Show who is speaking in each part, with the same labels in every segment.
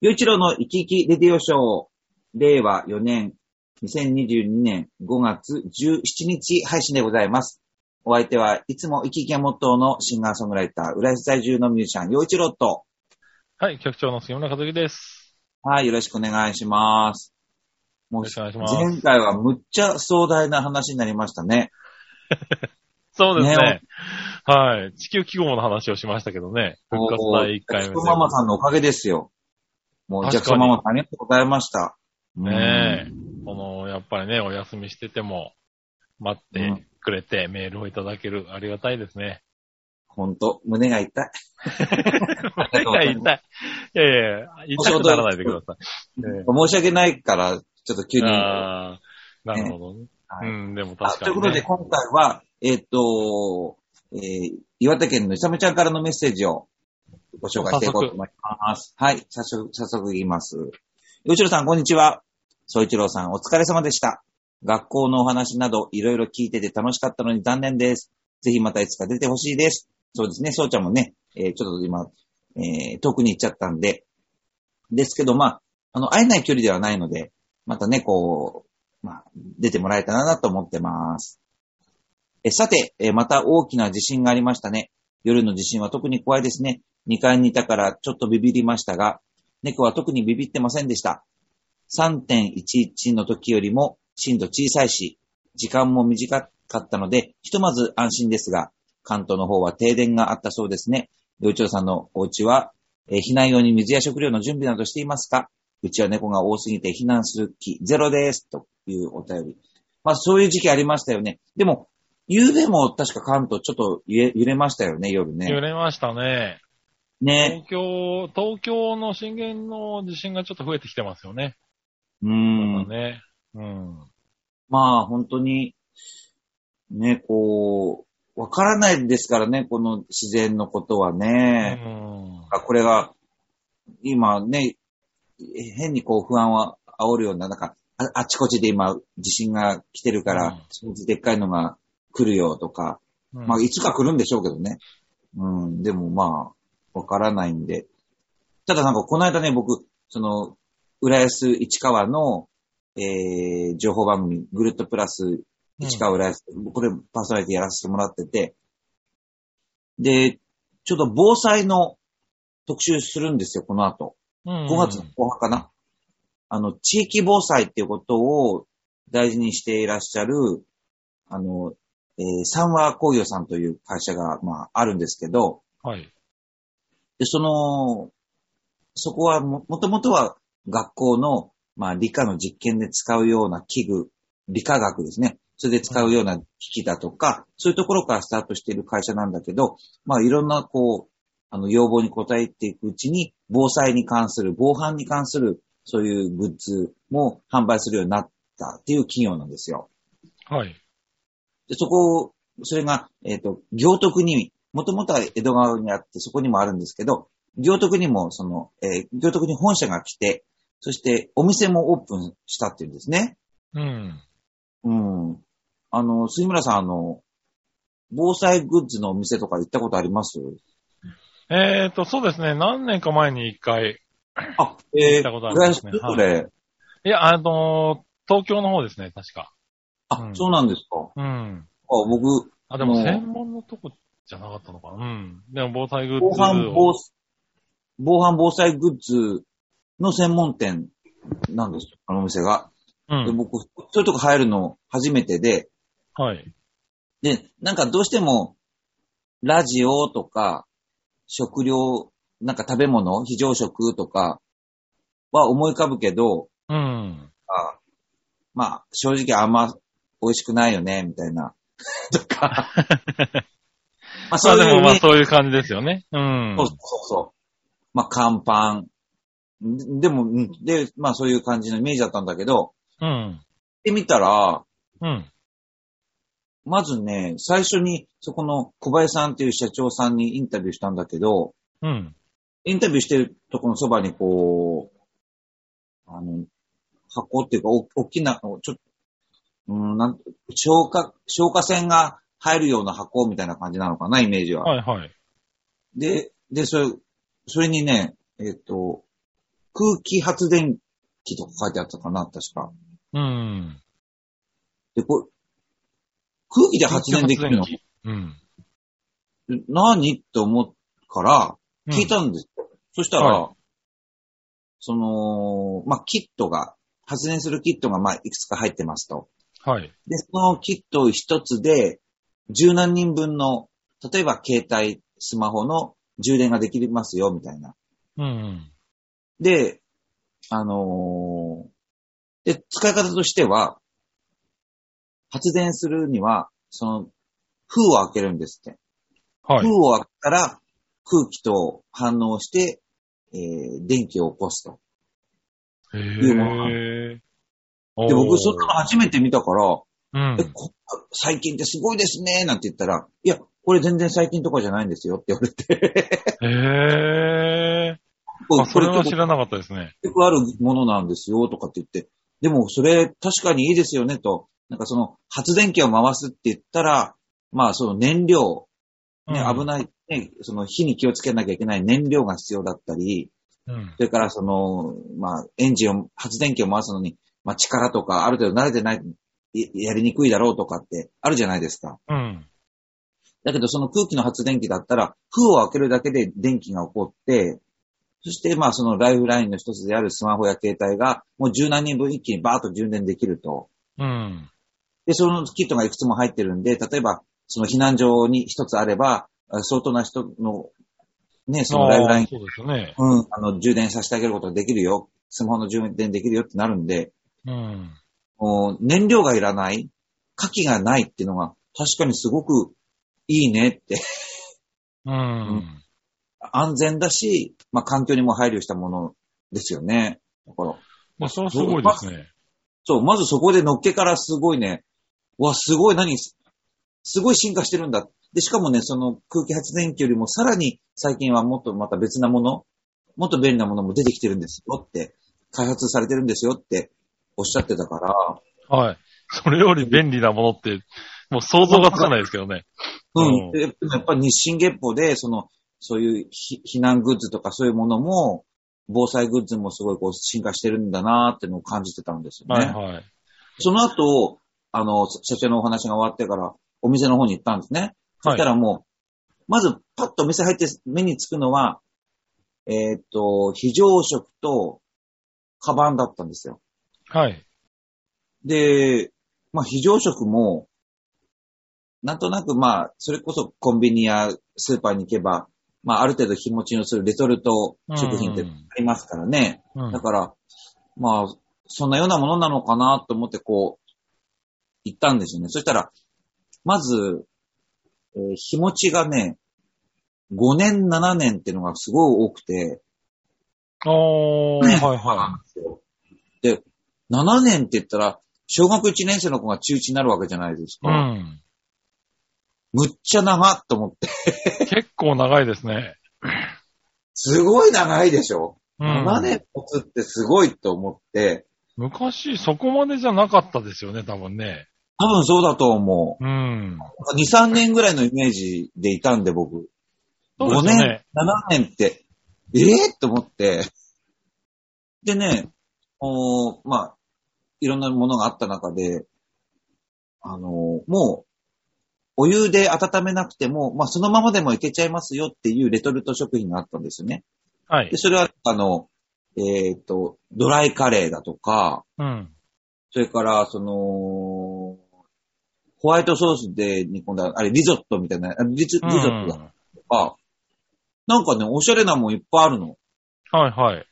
Speaker 1: ゆういちろうの生き生きレディオショー、令和4年、2022年5月17日配信でございます。お相手はいつも生き生きがモットーのシンガーソングライター、浦安在住のミュージシャン、ゆういちろうと、
Speaker 2: はい、局長の杉村和樹です。
Speaker 1: はい、よろしくお願いします。も
Speaker 2: よ
Speaker 1: う
Speaker 2: ろしくお願いします。
Speaker 1: 前回はむっちゃ壮大な話になりましたね。
Speaker 2: そうですね
Speaker 1: ね
Speaker 2: はい。地球記号の話をしましたけどね。復活第1回目
Speaker 1: ジャ
Speaker 2: で。
Speaker 1: クソンママさんのおかげですよ。もう、ジャクソンママさんありがとうございました。
Speaker 2: ねえ。この、やっぱりね、お休みしてても、待っ
Speaker 1: う
Speaker 2: てくれて、メールをいただける、ありがたいですね。
Speaker 1: ほんと、胸が痛い。
Speaker 2: 胸が痛い。いやいやいや、痛くならないでください。ね
Speaker 1: 申し訳ないから、ちょっと急に。は
Speaker 2: ああ、なるほどね。
Speaker 1: い
Speaker 2: うん、でも
Speaker 1: あと
Speaker 2: 確
Speaker 1: い
Speaker 2: か
Speaker 1: うこ
Speaker 2: に、
Speaker 1: とで、
Speaker 2: ね。
Speaker 1: 今回は、えっと、えー岩手県のいさめちゃんからのメッセージをご紹介していこうと思います。はい、早速、早速言います。よちろさん、こんにちは。総一郎さん、お疲れ様でした。学校のお話など、いろいろ聞いてて楽しかったのに残念です。ぜひまたいつか出てほしいです。そうですね、そうちゃんもね、えーちょっと今、えー遠くに行っちゃったんで、ですけど、まあ、あの、会えない距離ではないので、またね、こう、まあ、出てもらえたらなと思ってます。えさて、えまた大きな地震がありましたね。夜の地震は特に怖いですね。2階にいたからちょっとビビりましたが、猫は特にビビってませんでした。3.11の時よりも震度小さいし、時間も短かったので、ひとまず安心ですが、関東の方は停電があったそうですね。幼鳥さんのお家は、えー避難用に水や食料の準備などしていますかうちは猫が多すぎて避難する気ゼロです。というお便り。まあそういう時期ありましたよね。でも、夕べも確か関東ちょっと揺れ揺れましたよね、夜
Speaker 2: 揺
Speaker 1: ね。
Speaker 2: れましたね。
Speaker 1: ね。
Speaker 2: 東京、東京の震源の地震がちょっと増えてきてますよね。
Speaker 1: う
Speaker 2: ま
Speaker 1: ん
Speaker 2: だ。ね。うん。
Speaker 1: まあ本当に、ね、こう、わからないですからね、この自然のことは
Speaker 2: う
Speaker 1: ね。
Speaker 2: ん。
Speaker 1: あこれが、今ね、変にこう不安を煽るような、なんか、ああっちこっちで今地震が来てるか
Speaker 2: うん
Speaker 1: ら、そんなでっかいのが来るよとか、
Speaker 2: うん
Speaker 1: まあいつか来るんでしょうけどね。うん、でもまあ、わからないんで。ただなんかこの間ね、僕、その、浦安市川の、えー、情報番組、ぐるっとプラス市川浦安、これパーソナリティやらせてもらってて、で、ちょっと防災の特集するんですよ、この後。
Speaker 2: うん
Speaker 1: 5月の後半かな。あの、地域防災っていうことを大事にしていらっしゃる、あの、えー、三和工業さんという会社が、まあ、あるんですけど、
Speaker 2: はい。
Speaker 1: で、その、そこはも、もともとは学校の、まあ、理科の実験で使うような器具、理科学ですね。それで使うような機器だとか、そういうところからスタートしている会社なんだけど、まあ、いろんな、こう、あの、要望に応えていくうちに、防災に関する、防犯に関する、そういうグッズも販売するようになったっていう企業なんですよ。
Speaker 2: はい。
Speaker 1: で、そこを、それが、えっ、と、行徳に、もともとは江戸川にあって、そこにもあるんですけど、行徳にも、その、えー行徳に本社が来て、そしてお店もオープンしたっていうんですね。
Speaker 2: うん。
Speaker 1: うん。あの、杉村さん、あの、防災グッズのお店とか行ったことあります
Speaker 2: えっ、と、そうですね。何年か前に一回。
Speaker 1: あ、えー、
Speaker 2: 行ったことありますね
Speaker 1: 浦安それ、
Speaker 2: いや、あのー東京の方ですね、確か。
Speaker 1: あ、
Speaker 2: うん
Speaker 1: そうなんですか。
Speaker 2: うん。
Speaker 1: あ僕、
Speaker 2: あ、でも
Speaker 1: うん
Speaker 2: 専門のとこじゃなかったのかな。うん。でも防災グッズを。
Speaker 1: 防犯防、防犯防災グッズの専門店なんです、あのお店が。
Speaker 2: う
Speaker 1: で
Speaker 2: ん。
Speaker 1: 僕、そういうとこ入るの初めてで、
Speaker 2: はい。
Speaker 1: で、なんかどうしても、ラジオとか、食料、なんか食べ物、非常食とかは思い浮かぶけど、
Speaker 2: うん。
Speaker 1: あまあ、正直あんま美味しくないよね、みたいな。 とか。まあ、
Speaker 2: そ
Speaker 1: そううい
Speaker 2: で
Speaker 1: う、
Speaker 2: もまあ
Speaker 1: ね、そう
Speaker 2: そういう感じですよね。うん。
Speaker 1: そうそう。まあ、乾パン。んでも、うんで、まあそういう感じのイメージだったんだけど、行っ
Speaker 2: うん。
Speaker 1: てみたら、
Speaker 2: うん。
Speaker 1: まずね、最初に、そこの小林さんっていう社長さんにインタビューしたんだけど、
Speaker 2: うん。
Speaker 1: インタビューしてるとこのそばにこう、あの、箱っていうか、お大きな、ちょっと、うん、なん消火、消火栓が入るような箱みたいな感じなのかな、イメージは。
Speaker 2: はいはい。
Speaker 1: で、で、それ、それにね、えっ、と、空気発電機とか書いてあったかな、確か。
Speaker 2: うん。
Speaker 1: で、これ、空気で発電できるの
Speaker 2: 発電機うん。
Speaker 1: 何って思うから、
Speaker 2: うん
Speaker 1: 聞いたんですよ。そしたら、
Speaker 2: は
Speaker 1: その、まあ、キットが、発電するキットが、まあ、いくつか入ってますと。
Speaker 2: はい。
Speaker 1: で、そのキット一つで、十何人分の、例えば携帯、スマホの充電ができますよ、みたいな。
Speaker 2: うんうん。
Speaker 1: で、あのーで、使い方としては、発電するには、その、封を開けるんですって。
Speaker 2: はい。
Speaker 1: 封を開けたら空気と反応して、えー電気を起こすと。
Speaker 2: へ
Speaker 1: いうもの
Speaker 2: え。
Speaker 1: で、
Speaker 2: お
Speaker 1: 僕
Speaker 2: ー
Speaker 1: そんなの初めて見たから、
Speaker 2: うん
Speaker 1: え、。こ最近ってすごいですね、なんて言ったら、いや、これ全然最近とかじゃないんですよって言われて、
Speaker 2: へえ。 あ、そ
Speaker 1: これ
Speaker 2: れは
Speaker 1: 結
Speaker 2: 知
Speaker 1: 構
Speaker 2: らなかったですね。
Speaker 1: よくあるものなんですよとかって言って、でもそれ確かにいいですよねと、なんかその発電機を回すって言ったら、まあその燃料、ね、
Speaker 2: うん
Speaker 1: 危ない、ね、その火に気をつけなきゃいけない燃料が必要だったり、
Speaker 2: うん。
Speaker 1: それからその、まあ、エンジンを、発電機を回すのに、まあ、力とかある程度慣れてない、いやりにくいだろうとかってあるじゃないですか。
Speaker 2: うん。
Speaker 1: だけどその空気の発電機だったら、封を開けるだけで電気が起こって、そしてまあそのライフラインの一つであるスマホや携帯が、もう十何人分一気にバーッと充電できると。
Speaker 2: うん。
Speaker 1: で、そのキットがいくつも入ってるんで、例えば、その避難所に一つあれば、あ相当な人の、ね、そのライフライン
Speaker 2: あーそうですよね。
Speaker 1: うん、あの、充電させてあげることができるよ。スマホの充電できるよってなるんで、
Speaker 2: うん。
Speaker 1: もう燃料がいらない、火器がないっていうのが、確かにすごくいいねって、
Speaker 2: うん。
Speaker 1: 安全だし、まあ、環境にも配慮したものですよね。だから、
Speaker 2: まあ、それはすごいですね。
Speaker 1: そう、まずそこでのっけからすごいね、うわ、すごい、何、すごい進化してるんだ。で、しかもね、その空気発電機よりもさらに最近はもっとまた別なもの、もっと便利なものも出てきてるんですよって、開発されてるんですよっておっしゃってたから、
Speaker 2: はい。それより便利なものって、もう想像がつかないですけどね。
Speaker 1: うん。
Speaker 2: うん
Speaker 1: でやっぱり日進月歩で、その、そういうひ避難グッズとかそういうものも、防災グッズもすごいこう進化してるんだなーってのを感じてたんですよ
Speaker 2: は
Speaker 1: ね。
Speaker 2: いはい。
Speaker 1: その後、あの、社長のお話が終わってから、お店の方に行ったんですね。そ
Speaker 2: は
Speaker 1: し
Speaker 2: い
Speaker 1: た。らもう、まずパッとお店入って目につくのは、えーっと、非常食と、カバンだったんですよ。
Speaker 2: はい。
Speaker 1: で、まあ、非常食も、なんとなくまあ、それこそコンビニやスーパーに行けば、まあ、ある程度日持ちのするレトルト食品って
Speaker 2: うん
Speaker 1: ありますからね。
Speaker 2: うん
Speaker 1: だから、まあ、そんなようなものなのかなと思ってこう、行ったんですよね。そしたら、まず、えー日持ちがね、5年、7年っていうのがすごい多くて、
Speaker 2: ああ、はいは
Speaker 1: で、7年って言ったら、小学1年生の子が中1になるわけじゃないです
Speaker 2: い。
Speaker 1: か。
Speaker 2: うん。
Speaker 1: むっちゃ長っと思って。
Speaker 2: 結構長いですね。
Speaker 1: すごい長いでしょ、
Speaker 2: う
Speaker 1: ?7
Speaker 2: ん。
Speaker 1: 年持つってすごいと思って、
Speaker 2: 昔、そこまでじゃなかったですよね、多分ね。
Speaker 1: 多分そうだと思う。
Speaker 2: うん。
Speaker 1: 2、3年ぐらいのイメージでいたんで僕。
Speaker 2: そうです
Speaker 1: 5
Speaker 2: よ
Speaker 1: 年、
Speaker 2: ね。
Speaker 1: 7年って、ええと思って。でね、おーまあ、いろんなものがあった中で、あのーもう、お湯で温めなくても、まあ、そのままでもいけちゃいますよっていうレトルト食品があったんですよね。
Speaker 2: はい
Speaker 1: で、。それは、あの、えっ、と、ドライカレーだとか、
Speaker 2: うん。
Speaker 1: それから、その、ホワイトソースで煮込んだ、あれ、リゾットみたいな、あリゾリゾットだとか、なんかね、おしゃれなもんいっぱいあるの。
Speaker 2: うんはいはい。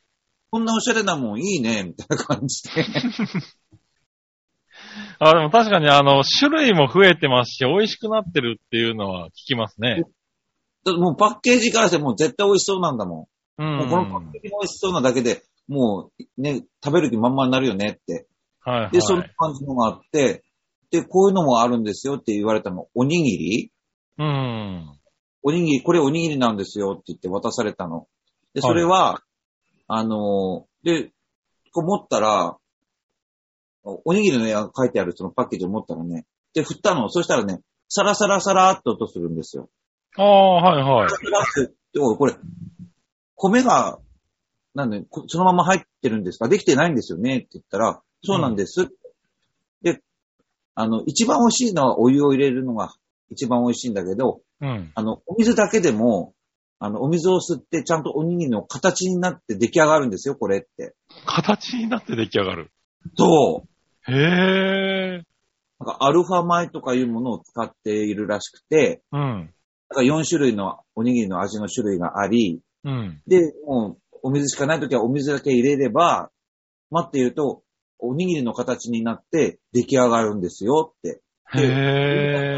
Speaker 1: こんなおしゃれなもんいいね、みたいな感じで。
Speaker 2: あ、でも確かにあの、種類も増えてますし、美味しくなってるっていうのは聞きますね。
Speaker 1: だってもうパッケージからしてもう絶対美味しそうなんだも。
Speaker 2: うんん。
Speaker 1: もうこのパッケージが美味しそうなだけで、もうね、食べる気満々になるよねって。
Speaker 2: はいはい。
Speaker 1: で、そんな感じのがあって、で、こういうのもあるんですよって言われたの。おにぎり
Speaker 2: うん。
Speaker 1: おにぎり、これおにぎりなんですよって言って渡されたの。で、それは、あのー、で、こう持ったら、おおにぎりの絵が書いてあるそのパッケージを持ったらね、で、振ったの。そしたらね、サラサラサラーっと音するんですよ。
Speaker 2: ああ、はいはい。
Speaker 1: で、おいこれ、米が、なんで、こそのまま入ってるんですかできてないんですよねって言ったら、そうなんです。で、あの、一番美味しいのはお湯を入れるのが一番美味しいんだけど、
Speaker 2: うん。
Speaker 1: あの、お水だけでも、あの、お水を吸ってちゃんとおにぎりの形になって出来上がるんですよ、これって。
Speaker 2: 形になって出来上がる。
Speaker 1: そう。
Speaker 2: へえ。
Speaker 1: なんかアルファ米とかいうものを使っているらしくて、
Speaker 2: うん。
Speaker 1: なんか4種類のおにぎりの味の種類があり、
Speaker 2: うん。
Speaker 1: で、もうお水しかないときはお水だけ入れれば、待っていると、おにぎりの形になって出来上がるんですよって。
Speaker 2: へえ。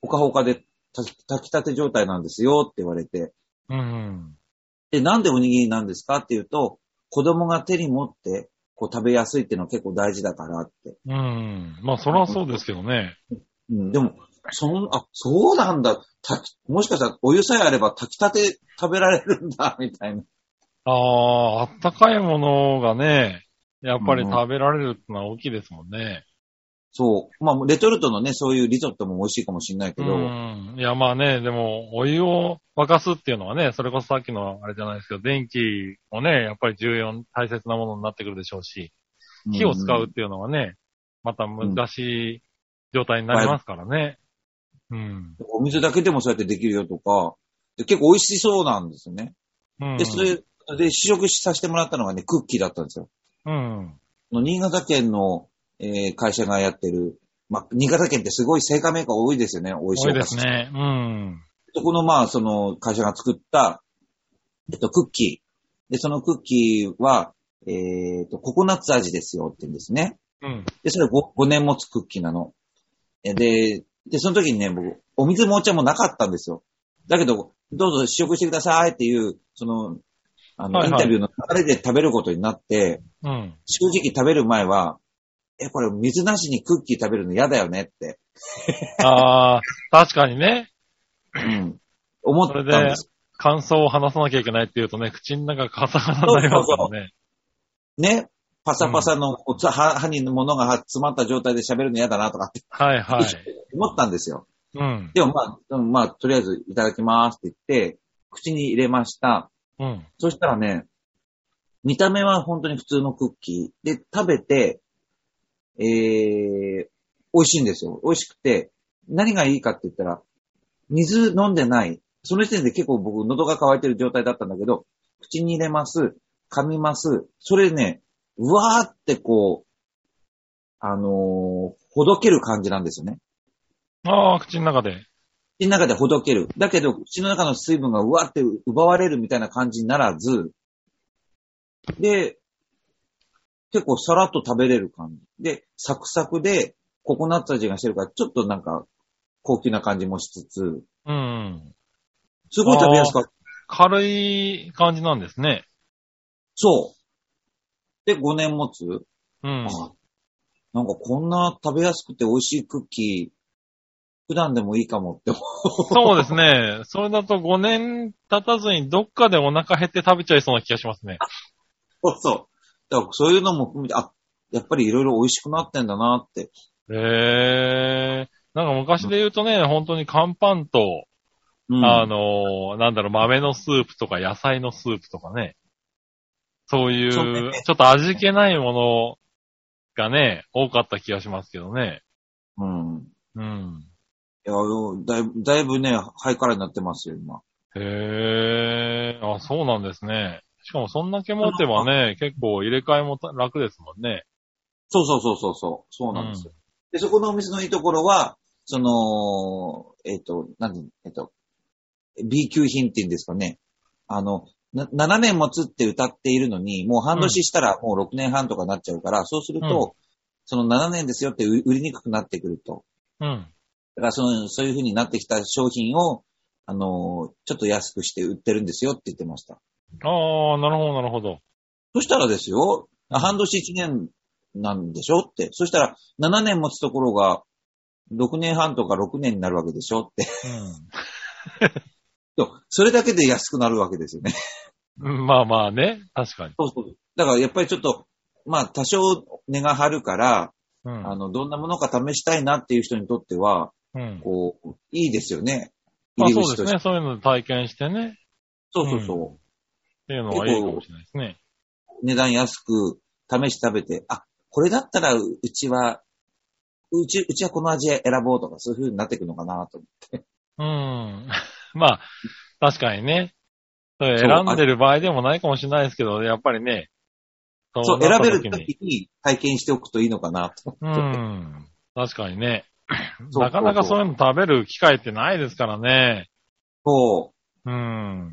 Speaker 1: ほかほかで炊き炊きたて状態なんですよって言われて。
Speaker 2: うん。
Speaker 1: で、なんでおにぎりなんですかっていうと、子供が手に持って、こう食べやすいっていうのは結構大事だからって。
Speaker 2: うん。まあ、それはそうですけどね。
Speaker 1: うん、でも、そん、あ、そうなんだ。炊き、もしかしたらお湯さえあれば炊きたて食べられるんだ、みたいな。
Speaker 2: ああ、あったかいものがね、やっぱり食べられるってのは大きいですもんね。
Speaker 1: そう。まあ、レトルトのね、そういうリゾットも美味しいかもしれないけ
Speaker 2: う
Speaker 1: ど、
Speaker 2: ん。いや、まあね、でも、お湯を沸かすっていうのはね、それこそさっきのあれじゃないですけど、電気もね、やっぱり重要、大切なものになってくるでしょうし、火を使うっていうのはね、また難しい状態になりますからね。うん。
Speaker 1: うん。お水だけでもそうやってできるよとか、で結構美味しそうなんですよね。
Speaker 2: うん。
Speaker 1: で、それ、で、試食させてもらったのがね、クッキーだったんですよ。
Speaker 2: うん。
Speaker 1: あの新潟県の、えー会社がやってる、まあ、新潟県ってすごい製菓メーカー多いですよね、美味しいお
Speaker 2: 多いで
Speaker 1: 菓
Speaker 2: す
Speaker 1: 子。
Speaker 2: ね。うん。
Speaker 1: そこの、まあ、その会社が作った、えっと、クッキー。で、そのクッキーは、えーっと、ココナッツ味ですよって言うんですね。
Speaker 2: うん。
Speaker 1: で、それ 5, 5年持つクッキーなの。えで、で、その時にね、僕、お水もお茶もなかったんですよ。だけど、どうぞ試食してくださいっていう、その、あの、
Speaker 2: はいはい
Speaker 1: インタビューの流れで食べることになって、
Speaker 2: うん。
Speaker 1: 正直食べる前は、え、これ水なしにクッキー食べるの嫌だよねって、
Speaker 2: ああ、確かにね。
Speaker 1: うん思ったんです。
Speaker 2: 感想を話さなきゃいけないって言うとね、口の中カサカサになりますからね。
Speaker 1: ね。パサパサの、おつ歯歯に物が詰まった状態で喋るの嫌だなとかって
Speaker 2: はいはい。
Speaker 1: 思ったんですよ。
Speaker 2: うん。
Speaker 1: でもまあ、うんまあ、とりあえずいただきますって言って、口に入れました。
Speaker 2: うん。
Speaker 1: そしたらね、見た目は本当に普通のクッキーで食べて、えー、美味しいんですよ。美味しくて、何がいいかって言ったら、水飲んでない。その時点で結構僕喉が渇いてる状態だったんだけど、口に入れます、噛みます。それね、うわーってこう、あのーほどける感じなんですよね。
Speaker 2: ああ、口の中で。
Speaker 1: 口の中でほどける。だけど、口の中の水分がうわって奪われるみたいな感じにならず、で、結構さらっと食べれる感じ。で、サクサクで、ココナッツ味がしてるから、ちょっとなんか、高級な感じもしつつ、
Speaker 2: うん。
Speaker 1: すごい食べやすかった。
Speaker 2: 軽い感じなんですね。
Speaker 1: そう。で、5年持つ。
Speaker 2: うん。
Speaker 1: あなんかこんな食べやすくて美味しいクッキー、普段でもいいかもって思う。
Speaker 2: そうですね。それだと5年経たずにどっかでお腹減って食べちゃいそうな気がしますね。
Speaker 1: そう そう。だからそういうのも含めて、あ、やっぱりいろいろ美味しくなってんだなって。
Speaker 2: へえ。なんか昔で言うとね、本当に乾パンと、
Speaker 1: うん
Speaker 2: あのーなんだろう、豆のスープとか野菜のスープとかね。そうい
Speaker 1: そうね
Speaker 2: う、ちょっと味気ないものがね、多かった気がしますけどね。
Speaker 1: うん。
Speaker 2: うん。
Speaker 1: いや、だいぶ、だいぶね、ハイカラになってますよ、今。
Speaker 2: へえ、あ、そうなんですね。しかもそんだけ持てばね、結構入れ替えも楽ですもんね。
Speaker 1: そうそうそうそうそう。そうなんですよ。で、そこのお店のいいところは、その、えっ、と、何、えっ、と、B 級品っていうんですかね。あの、な7年持つって歌っているのに、もう半年したらもう6年半とかなっちゃうから、そうすると、その7年ですよって売売りにくくなってくると。
Speaker 2: うん。
Speaker 1: だからその、そういう風になってきた商品を、あの、ちょっと安くして売ってるんですよって言ってました。
Speaker 2: ああ、なるほど、なるほど。
Speaker 1: そしたらですよ、あ半年1年なんでしょって。そしたら、7年持つところが、6年半とか6年になるわけでしょって。 そうそれだけで安くなるわけですよね。
Speaker 2: うん。まあまあね、確かに。
Speaker 1: そうそう。だからやっぱりちょっと、まあ多少値が張るから、
Speaker 2: うん
Speaker 1: あ。の、どんなものか試したいなっていう人にとっては、
Speaker 2: うん。
Speaker 1: こう、いいですよね。
Speaker 2: まあ
Speaker 1: 入り
Speaker 2: そう
Speaker 1: 口
Speaker 2: で
Speaker 1: とし
Speaker 2: す
Speaker 1: て。
Speaker 2: ね、そういうの体験してね。
Speaker 1: そうそうそう。
Speaker 2: っていうのはいいかもしれないですね。
Speaker 1: 値段安く試して食べて、あ、これだったらうちは、うち、うちはこの味選ぼうとか、そういう風になっていくのかなと思って。
Speaker 2: うん。 まあ、確かにね。それ選んでる場合でもないかもしれないですけど、やっぱりね。
Speaker 1: そう、
Speaker 2: な
Speaker 1: 選
Speaker 2: った
Speaker 1: べる
Speaker 2: 時に
Speaker 1: 時に体験しておくといいのかなと
Speaker 2: う
Speaker 1: 思って。
Speaker 2: ん。確かにね。
Speaker 1: そう
Speaker 2: なかなかそ
Speaker 1: そ
Speaker 2: う
Speaker 1: う
Speaker 2: いうの食べる機会ってないですからね。
Speaker 1: そ
Speaker 2: うん。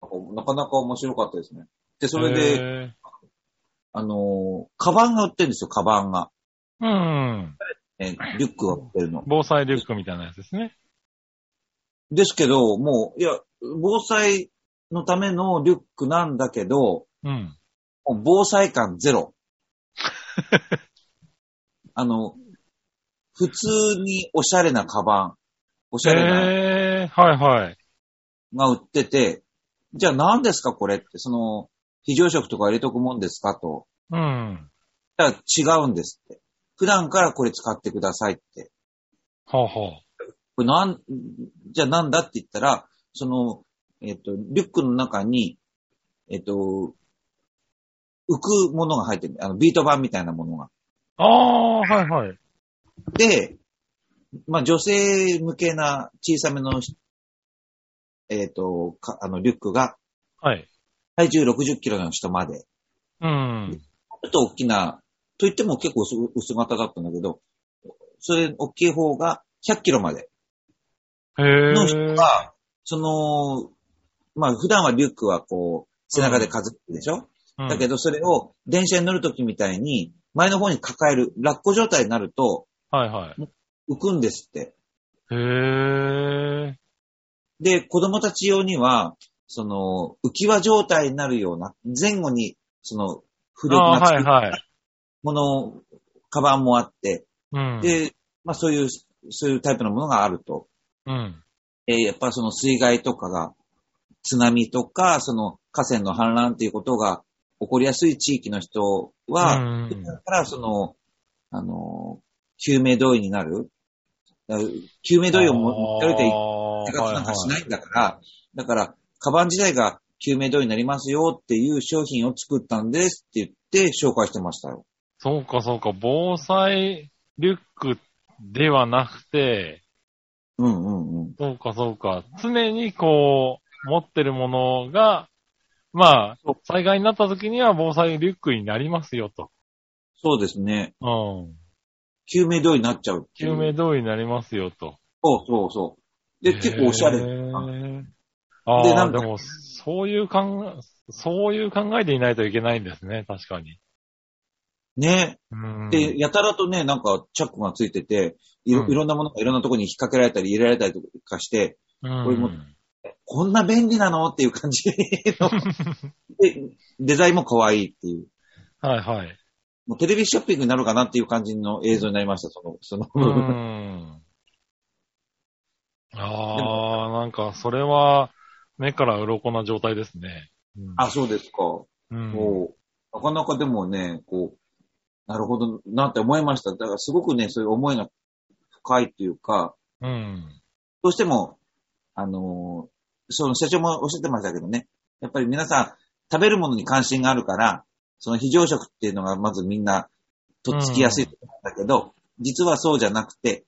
Speaker 1: う。なかなか面白かったですね。で、それで、
Speaker 2: で。
Speaker 1: あのー、カバンが売ってるんですよ、カバンが。
Speaker 2: うん。
Speaker 1: えーリュックが売ってるの。
Speaker 2: 防災リュックみたいなやつですね。
Speaker 1: ですけど、もう、いや、防災のためのリュックなんだけど、
Speaker 2: うん。
Speaker 1: もう防災感ゼ ロ。あの、普通におしゃれなカバン、おしゃれな
Speaker 2: ええはいはい。
Speaker 1: が売ってて、じゃあ何ですかこれって、その、非常食とか入れとくもんですかと。
Speaker 2: うん。
Speaker 1: だから違うんですって。普段からこれ使ってくださいって。
Speaker 2: ほうほう。
Speaker 1: これなん、じゃあなんだって言ったら、その、えっ、と、リュックの中に、えっ、と、浮くものが入ってる。あの、ビート板みたいなものが。
Speaker 2: ああ、はいはい。
Speaker 1: で、まあ、女性向けな小さめの、えっ、と、かあの、リュックが、
Speaker 2: はい。
Speaker 1: 体重60キロの人まで。
Speaker 2: うん。
Speaker 1: ちょっと大きな、と言っても結構薄薄型だったんだけど、それ、大きい方が100キロまで
Speaker 2: へ
Speaker 1: の人
Speaker 2: え。
Speaker 1: が、その、まあ普段はリュックはこう、背中で担ぐでしょ、
Speaker 2: うん
Speaker 1: だけどそれを電車に乗るときみたいに、前の方に抱える、ラッコ状態になると
Speaker 2: はいはい。
Speaker 1: 浮くんですって。
Speaker 2: へえ。
Speaker 1: で、子供たち用には、その、浮き輪状態になるような、前後に、その、浮力
Speaker 2: あ
Speaker 1: がつ
Speaker 2: ー
Speaker 1: く
Speaker 2: はいはい。
Speaker 1: もの、カバンもあって、
Speaker 2: うん。
Speaker 1: で、まあそういう、そういうタイプのものがあると。
Speaker 2: うん。
Speaker 1: えーやっぱその水害とかが、津波とか、その河川の氾濫っていうことが起こりやすい地域の人は、
Speaker 2: うん
Speaker 1: 普段からその、あのー、救命胴衣になる。だから救命胴衣を持って歩いて生活なんかしないんだから、だから、カバン自体が救命胴衣になりますよっていう商品を作ったんですって言って紹介してましたよ。
Speaker 2: そうか、そうか。防災リュックではなくて、
Speaker 1: うんうんうん。
Speaker 2: そうか、そうか。常にこう、持ってるものが、まあ、災害になった時には防災リュックになりますよと。
Speaker 1: そうですね。
Speaker 2: うん。
Speaker 1: 救命胴衣になっちゃうっていう
Speaker 2: 救命胴衣になりますよと。
Speaker 1: そうそうそう。で、結構おしゃれ
Speaker 2: へ
Speaker 1: な。
Speaker 2: ーあ
Speaker 1: でな
Speaker 2: あ、
Speaker 1: んか
Speaker 2: でも、そういう考え、そういう考えでいないといけないんですね、確かに。
Speaker 1: ね。
Speaker 2: うん。
Speaker 1: で、やたらとね、なんかチャックがついてて、いろ
Speaker 2: うん
Speaker 1: いろんなものがいろんなところに引っ掛けられたり入れられたりとかして、
Speaker 2: うん、
Speaker 1: これもこんな便利なのっていう感じ ので。デザインも可愛いっていう。
Speaker 2: はいはい。
Speaker 1: もうテレビショッピングになるかなっていう感じの映像になりました、その、その。
Speaker 2: うん。ああ、なんか、それは、目から鱗な状態ですね。うん
Speaker 1: あ、そうですか。
Speaker 2: うん、
Speaker 1: もう、なかなかでもね、こう、なるほどなって思いました。だからすごくね、そういう思いが深いっていうか、
Speaker 2: うん。
Speaker 1: どうしても、あのーその社長もおっしゃってましたけどね、やっぱり皆さん食べるものに関心があるから、その非常食っていうのがまずみんなとっつきやすいところなんだけど、実はそうじゃなくて、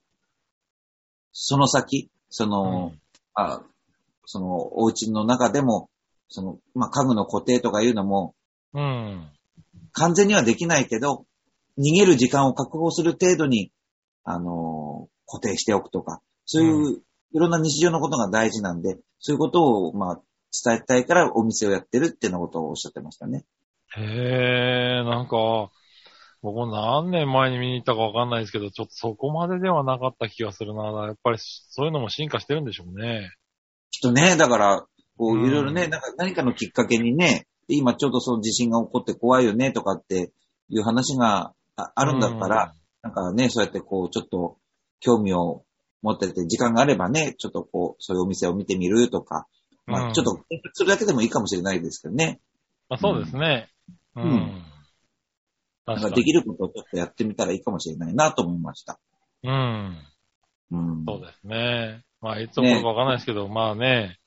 Speaker 1: その先、その、
Speaker 2: うん
Speaker 1: あそのお家の中でも、その、まあ、家具の固定とかいうのも
Speaker 2: うん。
Speaker 1: 完全にはできないけど、逃げる時間を確保する程度に、あのー固定しておくとか、そういうういろんな日常のことが大事なんで、そういうことを、まあ、伝えたいからお店をやってるっていうようなことをおっしゃってましたね。
Speaker 2: へえ、なんか、僕も何年前に見に行ったかわかんないですけど、ちょっとそこまでではなかった気がするな。やっぱり、そういうのも進化してるんでしょうね。
Speaker 1: きっとね、だから、こ
Speaker 2: う
Speaker 1: う、
Speaker 2: ん
Speaker 1: いろいろね、なんか何かのきっかけにね、今ちょうどその地震が起こって怖いよねとかっていう話がああるんだったら、なんかね、そうやってこう、ちょっと興味を持ってて、時間があればね、ちょっとこう、そういうお店を見てみるとか、
Speaker 2: うん、
Speaker 1: まあ、ちょっと、それだけでもいいかもしれないですけどね。
Speaker 2: まあそうですね。うんん。
Speaker 1: なん
Speaker 2: 確
Speaker 1: か
Speaker 2: か
Speaker 1: で
Speaker 2: に。
Speaker 1: きることをちょっとやってみたらいいかもしれないなと思いました。
Speaker 2: うん。
Speaker 1: うん。
Speaker 2: そうですね。まあ、いつ起こるかわかんないですけど、まあね、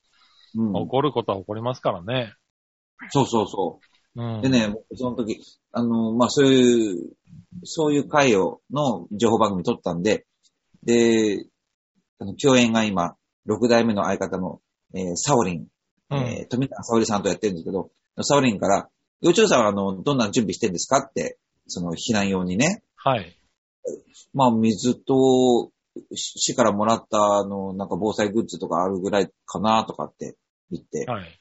Speaker 1: うん
Speaker 2: 起こることは起こりますからね。
Speaker 1: そうそうそうう。
Speaker 2: ん。
Speaker 1: でね、僕その時、あの、まあ、そういう、そういう回を、の情報番組撮ったんで、で、あの、共演が今、6代目の相方の、えーサオリン、
Speaker 2: うん。
Speaker 1: えー富川沙織さんとやってるんですけど、サオリンから、幼稚園さんはあの、どんな準備してるんですかって、その避難用にね、
Speaker 2: はい。
Speaker 1: まあ水と、し市からもらったあの、なんか防災グッズとかあるぐらいかなとかって言って、
Speaker 2: はい。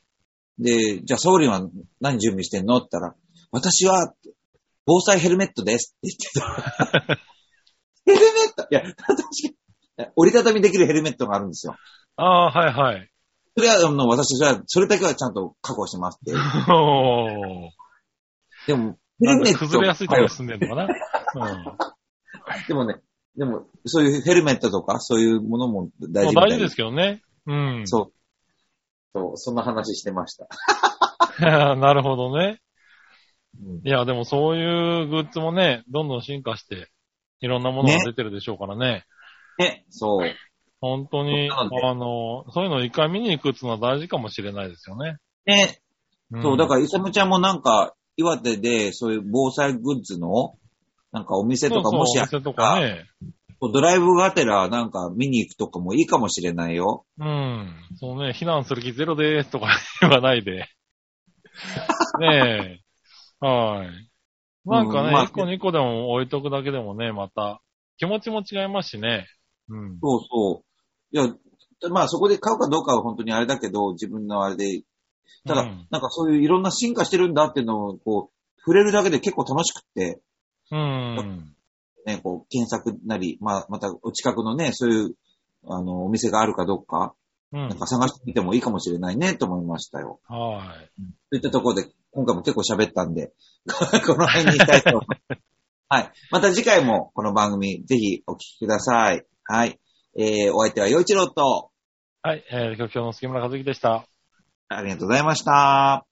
Speaker 1: で、じゃあサオリンは何準備してんのって言ったら、私は、防災ヘルメットですって言って た。ヘルメットいや、確かに、折りたたみできるヘルメットがあるんですよ。
Speaker 2: ああー、はいはい。
Speaker 1: それは、あの、私は、それだけはちゃんと確保してますって。
Speaker 2: おー。
Speaker 1: でも、ヘ
Speaker 2: な
Speaker 1: ル
Speaker 2: ん
Speaker 1: メット。
Speaker 2: か崩れやすいところに住んでる のかな。うん。
Speaker 1: でもね、でも、そういうヘルメットとか、そういうものも大事
Speaker 2: まあ
Speaker 1: みたい
Speaker 2: 大事ですけどね。うん。
Speaker 1: そう。そう、そんな話してました。
Speaker 2: なるほどね。
Speaker 1: うん
Speaker 2: いや、でもそういうグッズもね、どんどん進化して、いろんなものが出てるでしょうからね。
Speaker 1: ね、そう。
Speaker 2: 本当に、
Speaker 1: そうな
Speaker 2: あ
Speaker 1: んで
Speaker 2: の、そういうのを一回見に行くっていうのは大事かもしれないですよね。
Speaker 1: ね、
Speaker 2: ん
Speaker 1: そう、だから、イサムちゃんもなんか、岩手で、そういう防災グッズの、なんかお店とかもしやっ
Speaker 2: そうそうお店と
Speaker 1: た
Speaker 2: からね。
Speaker 1: ドライブがてらなんか見に行くとかもいいかもしれないよ。
Speaker 2: うん。そうね、避難する気ゼロでーすとか言わないで。 ねえ。はい。なんか
Speaker 1: うんまあ
Speaker 2: ね、一個二個でも置いとくだけでもね、また、気持ちも違いますしね。うん。
Speaker 1: そうそう。いや、まあそこで買うかどうかは本当にあれだけど、自分のあれで。ただ、
Speaker 2: うん
Speaker 1: なんかそういういろんな進化してるんだっていうのを、こう、触れるだけで結構楽しくって、
Speaker 2: うん。
Speaker 1: ね、こう、検索なり、まあ、またお近くのね、そういう、あの、お店があるかどうか、
Speaker 2: う
Speaker 1: な
Speaker 2: ん
Speaker 1: ん。か探してみてもいいかもしれないね、と思いましたよ。
Speaker 2: はい。
Speaker 1: といったところで、今回も結構喋ったんで、 この辺にしたいと思います。はい。また次回もこの番組、ぜひお聞きください。はい。えー、お相手は陽一郎と、
Speaker 2: はい。えー、局長の杉村和樹でした。
Speaker 1: ありがとうございました。